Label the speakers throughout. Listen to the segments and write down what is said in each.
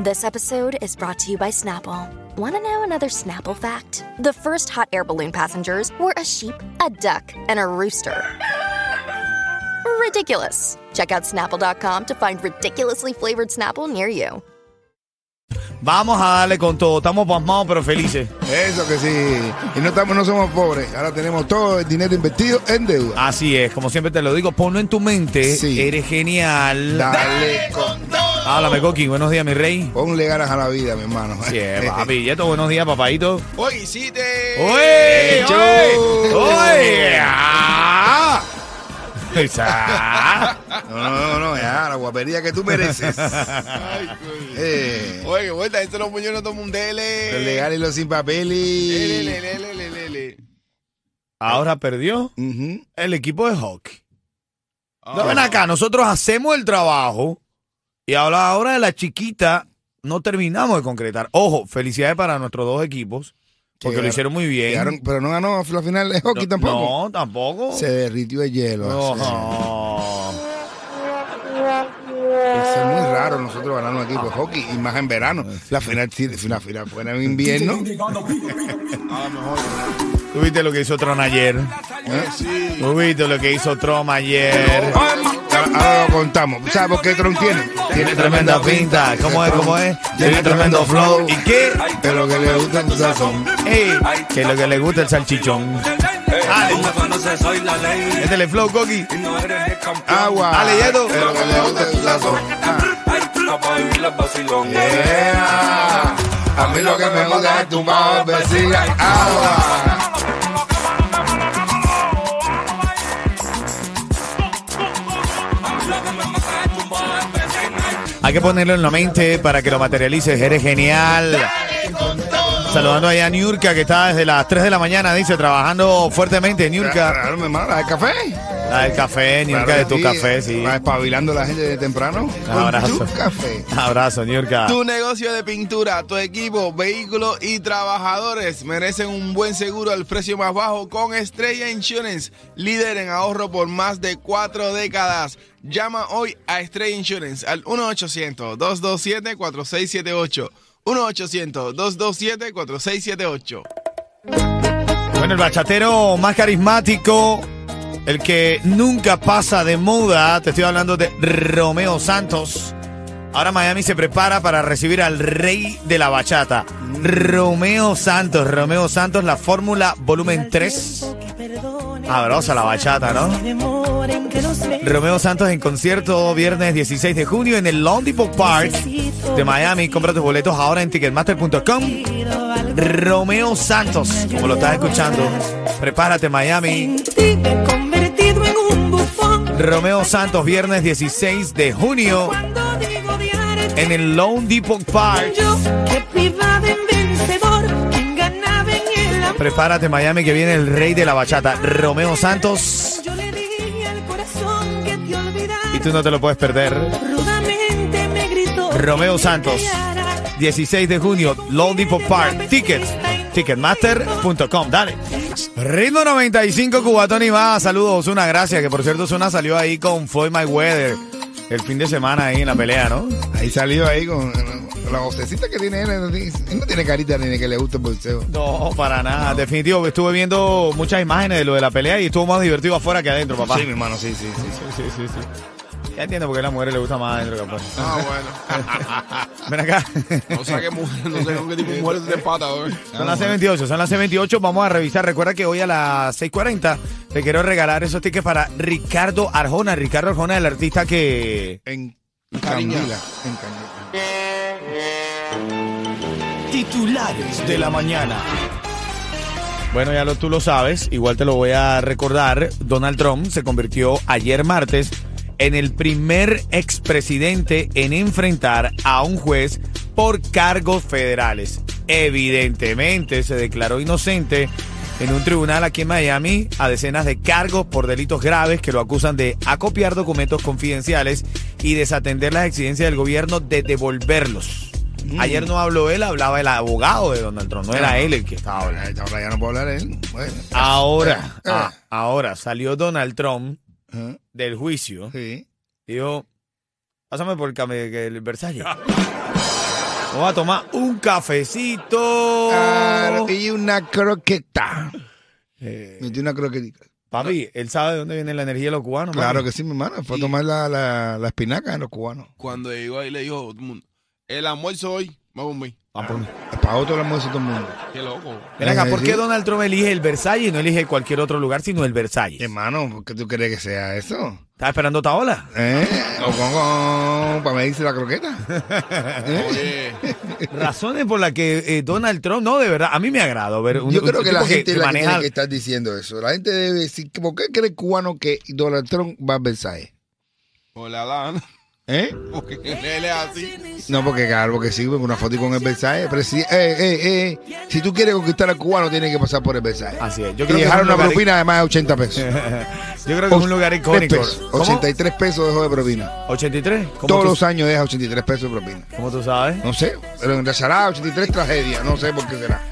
Speaker 1: This episode is brought to you by Snapple. Want to know another Snapple fact? The first hot air balloon passengers were a sheep, a duck, and a rooster. Ridiculous. Check out snapple.com to find ridiculously flavored Snapple near you.
Speaker 2: Vamos a darle con todo. Estamos pasmados pero felices.
Speaker 3: Eso que sí. Y no, estamos, no somos pobres. Ahora tenemos todo el dinero invertido en deuda.
Speaker 2: Así es, como siempre te lo digo, ponlo en tu mente.
Speaker 3: Sí.
Speaker 2: Eres genial.
Speaker 3: Dale,
Speaker 2: Háblame, Coqui. Buenos días, mi rey.
Speaker 3: ponle ganas a la vida, mi hermano.
Speaker 2: Sí, eh, papi. Yeto, buenos días, papadito.
Speaker 4: Hoy hiciste.
Speaker 2: Oh. ¡Oye!
Speaker 3: Hecho.
Speaker 2: ¡Oye! ¡Oye! ¡Ah! Esa.
Speaker 3: No, no, no, no, ya, la guapería que tú mereces.
Speaker 4: Ay, coño.
Speaker 3: Eh,
Speaker 4: Oye, qué vuelta, este los muñones toma un dele.
Speaker 3: los legales y los sin
Speaker 4: Lele,
Speaker 3: papeles.
Speaker 4: lele, lele, lele.
Speaker 2: Ahora perdió
Speaker 3: Ujú.
Speaker 2: el equipo de hockey.
Speaker 4: Ah.
Speaker 2: No, ven acá, nosotros hacemos el trabajo y ahora, ahora de la chiquita no terminamos de concretar. Ojo, felicidades para nuestros dos equipos porque lo
Speaker 3: Llegaron-
Speaker 2: hicieron muy bien.
Speaker 3: Llegaron- pero no ganó la final de hockey
Speaker 2: Eh. no,
Speaker 3: tampoco.
Speaker 2: No, tampoco.
Speaker 3: Se derritió el hielo.
Speaker 2: No,
Speaker 3: sí.
Speaker 2: no.
Speaker 3: Eso es muy raro nosotros ganar un equipo de hockey y más en verano. La final, sí, la final fue en invierno. ¿eh?
Speaker 2: ¿Tú viste lo que hizo Tron ayer?
Speaker 3: ¿eh?
Speaker 2: ¿Tú viste lo que hizo Tron ayer?
Speaker 3: Ahora, ahora lo contamos. ¿Sabes por qué Tron tiene?
Speaker 2: Tiene tremenda pinta. ¿Cómo es? ¿Cómo es? Tiene tremendo flow. ¿Y qué?
Speaker 3: Pero que le gusta tu sazón.
Speaker 2: Ey, que lo que le gusta es el salchichón.
Speaker 5: Tú me conoces, soy la ley.
Speaker 2: Este es flow, Coqui.
Speaker 5: Y no eres el campeón.
Speaker 2: Ah.
Speaker 3: Agua.
Speaker 2: Dale, Yeto.
Speaker 3: Pero que le gusta tu sazón. Ah,
Speaker 5: Ay, la pa' vivir la vacilón.
Speaker 3: yeah. A mí lo que me gusta es tu voz, vecina. Agua.
Speaker 2: Hay que ponerlo en la mente para que lo materialices. Eres genial. Saludando allá a Niurka, que está desde las 3 de la mañana, dice, trabajando fuertemente. Niurka,
Speaker 3: Claro, mi hermano, ¿hay café?
Speaker 2: la del café, Niurka de tu
Speaker 3: Claro que sí.
Speaker 2: café, sí.
Speaker 3: Va espabilando la gente de temprano.
Speaker 2: Un abrazo.
Speaker 3: Con tu café.
Speaker 2: Abrazo, Niurka.
Speaker 4: Tu negocio de pintura, tu equipo, vehículos y trabajadores merecen un buen seguro al precio más bajo con Estrella Insurance, líder en ahorro por más de cuatro décadas. Llama hoy a Estrella Insurance al 1-800-227-4678. 1-800-227-4678.
Speaker 2: Bueno, el bachatero más carismático, el que nunca pasa de moda, te estoy hablando de Romeo Santos. Ahora Miami se prepara para recibir al rey de la bachata, Romeo Santos. Romeo Santos, la fórmula volumen 3. Sabrosa la bachata, ¿no? Romeo Santos en concierto viernes 16 de junio en el Londipo Park de Miami. Compra tus boletos ahora en ticketmaster.com. Romeo Santos, como lo estás escuchando. Prepárate Miami.
Speaker 6: convertido en un bufón.
Speaker 2: Romeo Santos viernes 16 de junio
Speaker 6: Cuando digo diarte,
Speaker 2: en el Lone Depot Park.
Speaker 6: yo que privado en vencedor, quien ganaba en el amor.
Speaker 2: Prepárate Miami que viene el rey de la bachata, Romeo Santos.
Speaker 6: Yo le dije al corazón que te olvidara.
Speaker 2: Y tú no te lo puedes perder.
Speaker 6: Rudamente me gritó.
Speaker 2: Romeo
Speaker 6: que me
Speaker 2: Santos.
Speaker 6: callara.
Speaker 2: 16 de junio, Lone Depot Park. Tickets, ticketmaster.com. Dale. Ritmo 95, Cubatón y más. Saludos, una gracia. Que por cierto, Zuna salió ahí con Floyd Weather el fin de semana ahí en la pelea, ¿no?
Speaker 3: Ahí salió ahí con con la vocecita que tiene él. No tiene, él no tiene carita ni de que le guste el bolseo.
Speaker 2: No, para nada. Definitivo, que estuve viendo muchas imágenes de lo de la pelea y estuvo más divertido afuera que adentro, papá.
Speaker 3: Sí, mi hermano, sí, sí, sí. sí.
Speaker 2: Ya entiendo por qué a las mujeres les gusta más adentro que afuera.
Speaker 3: Ah.
Speaker 4: Ah,
Speaker 2: Ven acá.
Speaker 4: bueno. No sé qué mujer, no sé con qué tipo de mujer te pata, güey.
Speaker 3: Ah,
Speaker 2: Son las 6.28, son las 6.28, vamos a revisar. Recuerda que hoy a las 6.40 te quiero regalar esos tickets para Ricardo Arjona. Ricardo Arjona es el artista que...
Speaker 3: En
Speaker 4: Cariño.
Speaker 3: Candila. En Candila.
Speaker 2: Titulares de la mañana. Bueno, ya lo, tú lo sabes, igual te lo voy a recordar. Donald Trump se convirtió ayer martes en el primer expresidente en enfrentar a un juez por cargos federales. Evidentemente se declaró inocente en un tribunal aquí en Miami a decenas de cargos por delitos graves que lo acusan de acopiar documentos confidenciales y desatender las exigencias del gobierno de devolverlos. Ayer no habló él, hablaba el abogado de Donald Trump, no era él el que estaba hablando.
Speaker 3: Ahora, ahora ya no puedo hablar él. Bueno.
Speaker 2: Ahora,
Speaker 3: Eh,
Speaker 2: ah, ahora salió Donald Trump
Speaker 3: Ajá.
Speaker 2: del juicio.
Speaker 3: Sí.
Speaker 2: Dijo, pásame por el, came- que el Versalles. Vamos a tomar un
Speaker 3: Oh.
Speaker 2: cafecito.
Speaker 3: Claro, y una croqueta. Metí una croquetita.
Speaker 2: Papi, él sabe de dónde viene la energía de los cubanos.
Speaker 3: Claro que sí, mi hermano. Fue a tomar la, la, la espinaca de los cubanos.
Speaker 4: Cuando llegó ahí le dijo a todo el mundo, el almuerzo hoy, vamos a mí.
Speaker 3: Para otro el almuerzo de todo el mundo.
Speaker 4: Qué loco.
Speaker 2: Ven acá, ¿por
Speaker 3: Eh,
Speaker 2: qué
Speaker 3: sí.
Speaker 2: Donald Trump elige el Versalles y no elige cualquier otro lugar sino el Versalles?
Speaker 3: Hermano, ¿por qué tú crees que sea eso?
Speaker 2: ¿Estás esperando otra ola?
Speaker 3: ¿Eh? O con, con, para medirse la croqueta.
Speaker 4: Oye,
Speaker 2: Razones por las que eh, Donald Trump, no, de verdad, a mí me agrado ver un,
Speaker 3: Yo
Speaker 2: un
Speaker 3: creo que
Speaker 2: tipo
Speaker 3: la
Speaker 2: se
Speaker 3: gente es la que
Speaker 2: maneja-
Speaker 3: tiene que estar diciendo eso. La gente debe decir, ¿por qué cree el cubano que Donald Trump va a Versailles?
Speaker 4: hola, Lana.
Speaker 3: ¿Eh?
Speaker 4: Porque él es así.
Speaker 3: No, porque claro, porque sí, porque una foto con el Versailles. Pero si, eh, eh, eh, si tú quieres conquistar al cubano, tienes que pasar por el Versailles.
Speaker 2: Así es, Ah, yo
Speaker 3: Yo
Speaker 2: creo
Speaker 3: y
Speaker 2: que
Speaker 3: dejar
Speaker 2: es un
Speaker 3: una
Speaker 2: lugar-
Speaker 3: propina de más de 80 pesos.
Speaker 2: Yo creo que es un lugar icónico.
Speaker 3: 83 pesos.
Speaker 2: ¿Cómo?
Speaker 3: 83 pesos dejó de propina.
Speaker 2: 83. ¿Cómo
Speaker 3: Todos
Speaker 2: tú-
Speaker 3: los años deja 83 pesos de propina.
Speaker 2: ¿Cómo tú sabes?
Speaker 3: No sé, pero en Rasará 83 tragedia. No sé por qué será.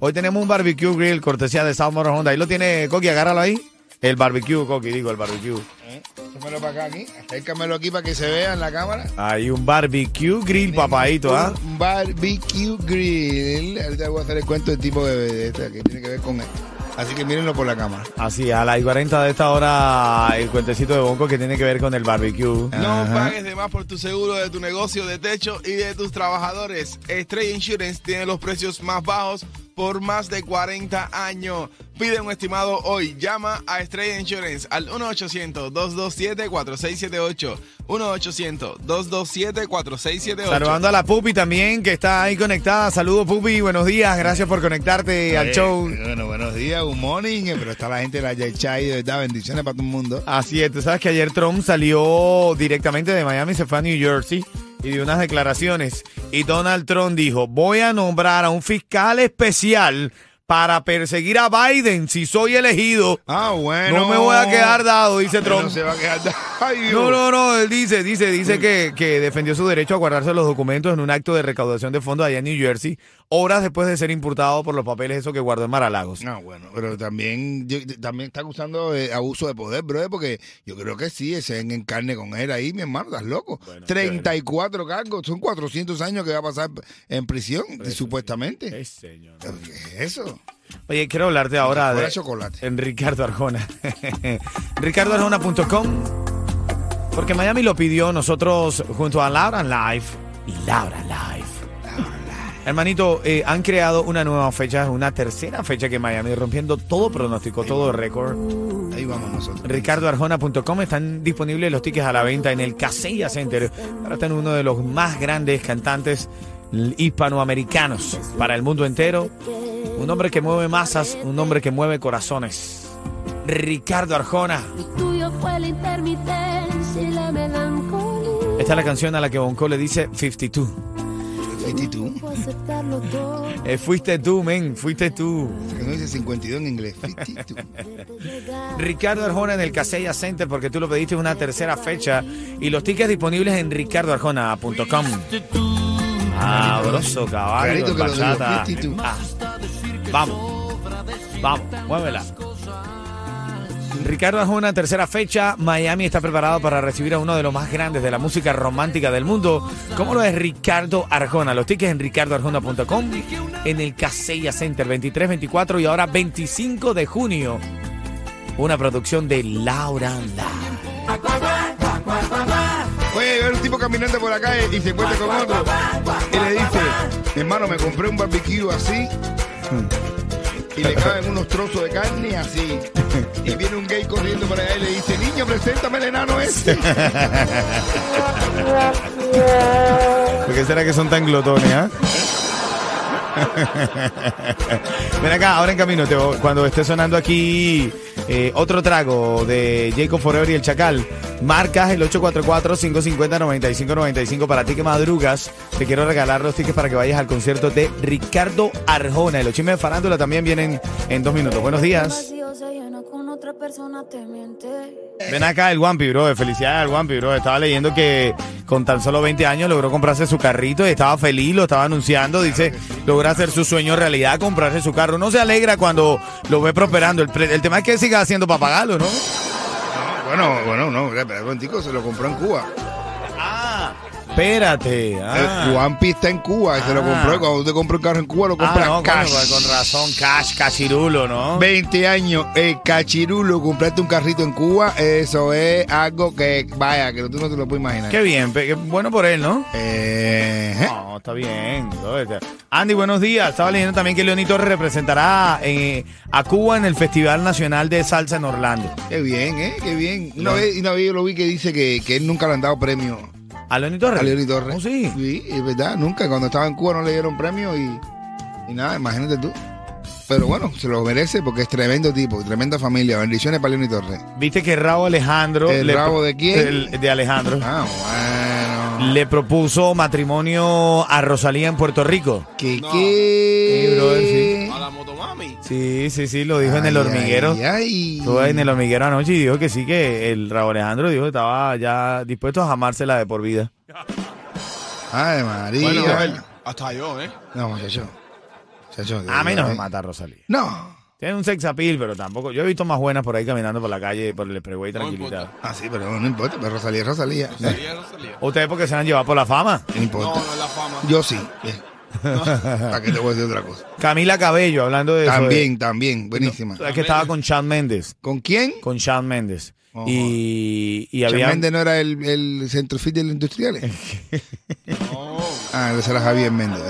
Speaker 2: Hoy tenemos un barbecue grill cortesía de South Motor Honda. Ahí lo tiene Coqui, agárralo ahí. El barbecue, Coqui, digo, el barbecue.
Speaker 3: ¿Eh? Tómalo para acá aquí. Acércamelo aquí para que se vea en la cámara.
Speaker 2: Hay un barbecue grill, papadito, ¿ah?
Speaker 3: Un Barbecue Grill. Ahorita voy a hacer el cuento del tipo de, de esta que tiene que ver con esto. Así que mírenlo por la cámara.
Speaker 2: Así, a las 40 de esta hora, el cuentecito de Bonco que tiene que ver con el barbecue.
Speaker 3: Ah.
Speaker 4: No pagues de más por tu seguro de tu negocio de techo y de tus trabajadores. Estrella Insurance tiene los precios más bajos por más de 40 años. Pide un estimado hoy. Llama a Estrella Insurance al 1-800-227-4678. 1-800-227-4678.
Speaker 2: Saludando a la Pupi también, que está ahí conectada. Saludos, Pupi, buenos días. Gracias por conectarte al
Speaker 3: Eh,
Speaker 2: show.
Speaker 3: Bueno, buenos días, good morning. eh, Pero está la gente de la Yachai, de verdad, bendiciones para todo el mundo.
Speaker 2: Así es, tú sabes que ayer Trump salió directamente de Miami, se fue a New Jersey y dio unas declaraciones. Y Donald Trump dijo, voy a nombrar a un fiscal especial para perseguir a Biden si soy elegido.
Speaker 3: Ah, bueno.
Speaker 2: No me voy a quedar dado, dice Trump.
Speaker 3: No se va a quedar dado. Ay,
Speaker 2: No,
Speaker 3: Dios.
Speaker 2: no, no, él dice, dice, dice que, que defendió su derecho a guardarse los documentos en un acto de recaudación de fondos allá en New Jersey, horas después de ser imputado por los papeles esos que guardó en Maralagos.
Speaker 3: Ah, bueno, pero también yo- también está acusando de abuso de poder, bro, porque yo creo que sí, se en carne con él ahí, mi hermano, estás loco. 34 cargos, son 400 años que va a pasar en prisión, supuestamente. Pero, ¿Qué es eso?
Speaker 2: Oye, quiero hablarte ahora
Speaker 3: Fuera
Speaker 2: de
Speaker 3: chocolate.
Speaker 2: en Ricardo Arjona. RicardoArjona.com Porque Miami lo pidió nosotros junto a Laura Live y Laura Live. Hermanito, eh, han creado una nueva fecha, una tercera fecha que en Miami, rompiendo todo pronóstico, todo récord.
Speaker 3: Ahí vamos nosotros.
Speaker 2: RicardoArjona.com están disponibles los tickets a la venta en el Casella Center. Ahora están uno de los más grandes cantantes hispanoamericanos para el mundo entero. Un hombre que mueve masas, un hombre que mueve corazones. Ricardo Arjona.
Speaker 7: tuyo fue la intermitencia y la melancolía.
Speaker 2: Esta es la canción a la que Bonco le dice 52.
Speaker 3: ¿Y tú?
Speaker 7: Fue aceptarlo todo.
Speaker 2: Eh, fuiste tú, men, fuiste tú.
Speaker 3: Que no dice 52 en inglés. 52.
Speaker 2: Ricardo Arjona en el Casella Center porque tú lo pediste una tercera fecha y los tickets disponibles en ricardoarjona.com. Sabroso caballo,
Speaker 3: Clarito que lo digo,
Speaker 2: bachata.
Speaker 3: fuiste tú.
Speaker 2: Ah, vamos, vamos, muévela. Ricardo Arjona, tercera fecha. Miami está preparado para recibir a uno de los más grandes de la música romántica del mundo. ¿Cómo lo es Ricardo Arjona? Los tickets en ricardoarjona.com, en el Casella Center, 23, 24 y ahora 25 de junio. Una producción de Laura Anda.
Speaker 3: un tipo caminando por la calle y se encuentra con otro y le dice, hermano, me compré un barbecue así y le caben unos trozos de carne así. Y viene un gay corriendo para allá y le dice, niño, preséntame el enano ese.
Speaker 2: ¿Por qué será que son tan glotones, ah? Ven acá, ahora en camino, te- cuando esté sonando aquí eh, otro trago de Jacob Forever y el Chacal, marcas el 844-550-9595 para ti que madrugas. Te quiero regalar los tickets para que vayas al concierto de Ricardo Arjona. Y los chismes de farándula también vienen en dos minutos. Buenos días.
Speaker 7: vacío se llena con otra persona, te miente.
Speaker 2: Ven acá el Wampi, bro. Felicidades al Wampi, bro. Estaba leyendo que con tan solo 20 años logró comprarse su carrito y estaba feliz, lo estaba anunciando. Dice, logra hacer su sueño realidad, comprarse su carro. No se alegra cuando lo ve prosperando. El, pre- el tema es que siga haciendo para pagarlo, ¿no?
Speaker 3: bueno, bueno, no, espera un momentico, se lo compró en Cuba.
Speaker 2: Espérate. ah.
Speaker 3: Ah. El Juanpi está en Cuba y se lo
Speaker 2: Ah.
Speaker 3: compró. Y Cuando usted compra un carro en Cuba, lo
Speaker 2: Ah,
Speaker 3: compra
Speaker 2: no,
Speaker 3: cash.
Speaker 2: coño, con razón, cash, cachirulo, ¿no?
Speaker 3: 20 años, el cachirulo, comprarte un carrito en Cuba, eso es algo que, vaya, que tú no te lo puedes imaginar.
Speaker 2: Qué bien, pe- qué bueno por él, ¿no?
Speaker 3: Eh, ¿eh?
Speaker 2: No, está bien. todo está- Andy, buenos días. Estaba leyendo también que Leoní Torres representará eh, a Cuba en el Festival Nacional de Salsa en Orlando.
Speaker 3: Qué bien, ¿eh? Qué bien. Una,
Speaker 2: No.
Speaker 3: vez, una vez yo lo vi que dice que, que él nunca le han dado premio
Speaker 2: ¿A Leoní Torres?
Speaker 3: a Leonel Torres.
Speaker 2: Oh, sí.
Speaker 3: Sí, es verdad, nunca. Cuando estaba en Cuba no le dieron premio y, y nada, imagínate tú. Pero bueno, se lo merece porque es tremendo tipo, tremenda familia. Bendiciones para Leonel Torres.
Speaker 2: Viste que Rabo Alejandro.
Speaker 3: ¿El rabo de quién?
Speaker 2: el- de Alejandro.
Speaker 3: Ah, bueno.
Speaker 2: Le propuso matrimonio a Rosalía en Puerto Rico.
Speaker 3: ¿Qué,
Speaker 4: No.
Speaker 3: qué?
Speaker 2: Sí, brother, sí.
Speaker 4: la motomami.
Speaker 2: Sí, sí, sí, lo dijo en el
Speaker 3: Ay,
Speaker 2: hormiguero.
Speaker 3: ay, ay.
Speaker 2: Estuvo en el hormiguero anoche y dijo que sí, que el Rabo Alejandro dijo que estaba ya dispuesto a amársela de por vida.
Speaker 3: Ay, María.
Speaker 4: Bueno, a ver, hasta yo, ¿eh?
Speaker 3: No, muchacho. Muchacho,
Speaker 2: A mí
Speaker 3: Dios,
Speaker 2: no me
Speaker 3: eh.
Speaker 2: mata Rosalía.
Speaker 3: No.
Speaker 2: Tiene un sex appeal, pero tampoco. Yo he visto más buenas por ahí caminando por la calle, por el freeway tranquilita.
Speaker 3: Ah, sí, pero no importa, pero Rosalía, es Rosalía. No,
Speaker 4: Salía, no salía.
Speaker 2: Ustedes porque se han llevado por la fama.
Speaker 3: no importa.
Speaker 4: No, no es la fama.
Speaker 3: Yo sí. Bien. ¿Para qué te voy a decir otra cosa?
Speaker 2: Camila Cabello, hablando de eso.
Speaker 3: También, también, buenísima.
Speaker 2: de- es que estaba con Shawn Méndez.
Speaker 3: ¿Con quién?
Speaker 2: Con Shawn Méndez.
Speaker 3: Ojo.
Speaker 2: Y, y había.
Speaker 3: Méndez no era el, el centro fit de los industriales. Ah, ese era Javier Méndez.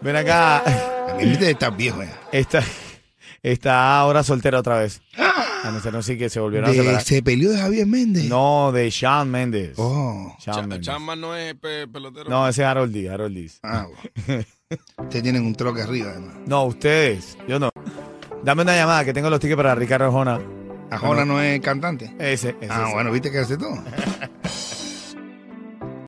Speaker 2: Ven acá.
Speaker 3: Javier Méndez está viejo, eh.
Speaker 2: Está, está ahora soltera otra vez. A no ser no sí que se volvieron a
Speaker 3: De-
Speaker 2: separar.
Speaker 3: ¿Se peleó de Javier Méndez?
Speaker 2: No, de Shawn Méndez.
Speaker 3: Oh.
Speaker 2: Shawn
Speaker 4: Cha-
Speaker 2: Mendes.
Speaker 4: Chamba no es pe- pelotero.
Speaker 2: No, ese es Harold D. Harold D.
Speaker 3: Ah, bueno. Ustedes tienen un troque arriba, además.
Speaker 2: No, ustedes. Yo no. Dame una llamada que tengo los tickets para Ricardo Arjona.
Speaker 3: Ajona no es cantante.
Speaker 2: Ese, ese.
Speaker 3: Ah,
Speaker 2: ese.
Speaker 3: bueno, viste que hace todo.